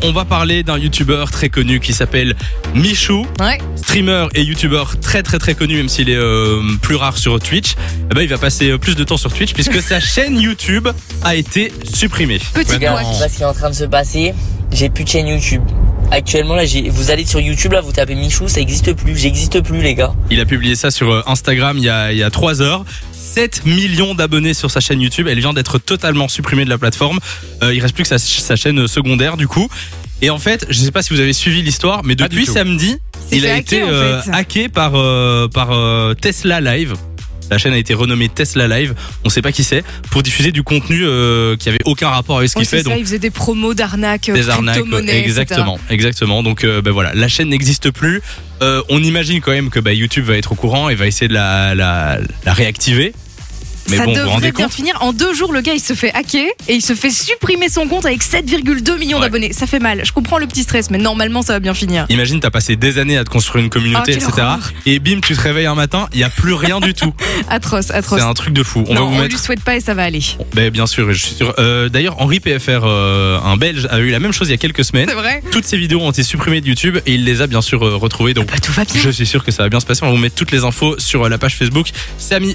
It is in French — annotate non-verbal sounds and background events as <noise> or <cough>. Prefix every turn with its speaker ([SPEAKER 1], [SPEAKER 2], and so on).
[SPEAKER 1] on va parler d'un youtubeur très connu qui s'appelle Michou,
[SPEAKER 2] Ouais.
[SPEAKER 1] streamer et youtubeur très très très connu même s'il est euh, plus rare sur Twitch. Eh ben, il va passer euh, plus de temps sur Twitch puisque sa chaîne YouTube a été supprimée.
[SPEAKER 2] Petit
[SPEAKER 3] Regarde,
[SPEAKER 2] couac.
[SPEAKER 3] je sais pas ce qui est en train de se passer. J'ai plus de chaîne YouTube. Actuellement, là, j'ai- vous allez sur YouTube, là, vous tapez Michou, ça existe plus. J'existe plus, les gars.
[SPEAKER 1] Il a publié ça sur euh, Instagram il y a, il y a 3 heures. 7 millions d'abonnés sur sa chaîne YouTube. Elle vient d'être totalement supprimée de la plateforme. Euh, il reste plus que sa, sa chaîne secondaire du coup. Et en fait, je sais pas si vous avez suivi l'histoire, mais
[SPEAKER 3] Pas du
[SPEAKER 1] depuis
[SPEAKER 3] tout.
[SPEAKER 1] samedi,
[SPEAKER 2] s'est
[SPEAKER 1] il
[SPEAKER 2] fait
[SPEAKER 1] a
[SPEAKER 2] hacker,
[SPEAKER 1] été
[SPEAKER 2] en
[SPEAKER 1] euh,
[SPEAKER 2] fait.
[SPEAKER 1] hacké par, euh, par euh, Tesla Live. La chaîne a été renommée Tesla Live, on sait pas qui c'est, pour diffuser du contenu euh, qui avait aucun rapport avec ce
[SPEAKER 2] Oui,
[SPEAKER 1] qu'il
[SPEAKER 2] c'est
[SPEAKER 1] fait.
[SPEAKER 2] ça,
[SPEAKER 1] donc
[SPEAKER 2] il faisait des promos d'arnaques, euh,
[SPEAKER 1] des arnaques, ouais,
[SPEAKER 2] crypto-monnaies, etc.
[SPEAKER 1] exactement, exactement. Donc euh, ben voilà, la chaîne n'existe plus. Euh, on imagine quand même que bah, YouTube va être au courant et va essayer de la, la, la réactiver. Mais
[SPEAKER 2] ça
[SPEAKER 1] bon, vous vous
[SPEAKER 2] devrait
[SPEAKER 1] rendez
[SPEAKER 2] bien
[SPEAKER 1] compte
[SPEAKER 2] finir. En deux jours, le gars, il se fait hacker et il se fait supprimer son compte avec 7,2 millions
[SPEAKER 1] Ouais.
[SPEAKER 2] d'abonnés. Ça fait mal. Je comprends le petit stress, mais normalement, ça va bien finir.
[SPEAKER 1] Imagine, t'as passé des années à te construire une communauté,
[SPEAKER 2] Ah, quelle
[SPEAKER 1] etc.
[SPEAKER 2] horreur.
[SPEAKER 1] Et bim, tu te réveilles un matin, il y a plus rien du
[SPEAKER 2] <laughs>
[SPEAKER 1] tout.
[SPEAKER 2] Atroce, atroce.
[SPEAKER 1] C'est un truc de fou. On va
[SPEAKER 2] non,
[SPEAKER 1] vous
[SPEAKER 2] on
[SPEAKER 1] mettre.
[SPEAKER 2] lui souhaite pas et ça va aller.
[SPEAKER 1] Ben, bien sûr, je suis sûr. Euh, D'ailleurs, Henri PFR, euh, un Belge, a eu la même chose il y a quelques semaines.
[SPEAKER 2] C'est vrai
[SPEAKER 1] Toutes ses vidéos ont été supprimées de YouTube et il les a bien sûr euh, retrouvées. Donc
[SPEAKER 2] Bah, tout va bien.
[SPEAKER 1] Je suis sûr que ça va bien se passer. On va vous mettre toutes les infos sur euh, la page Facebook Samy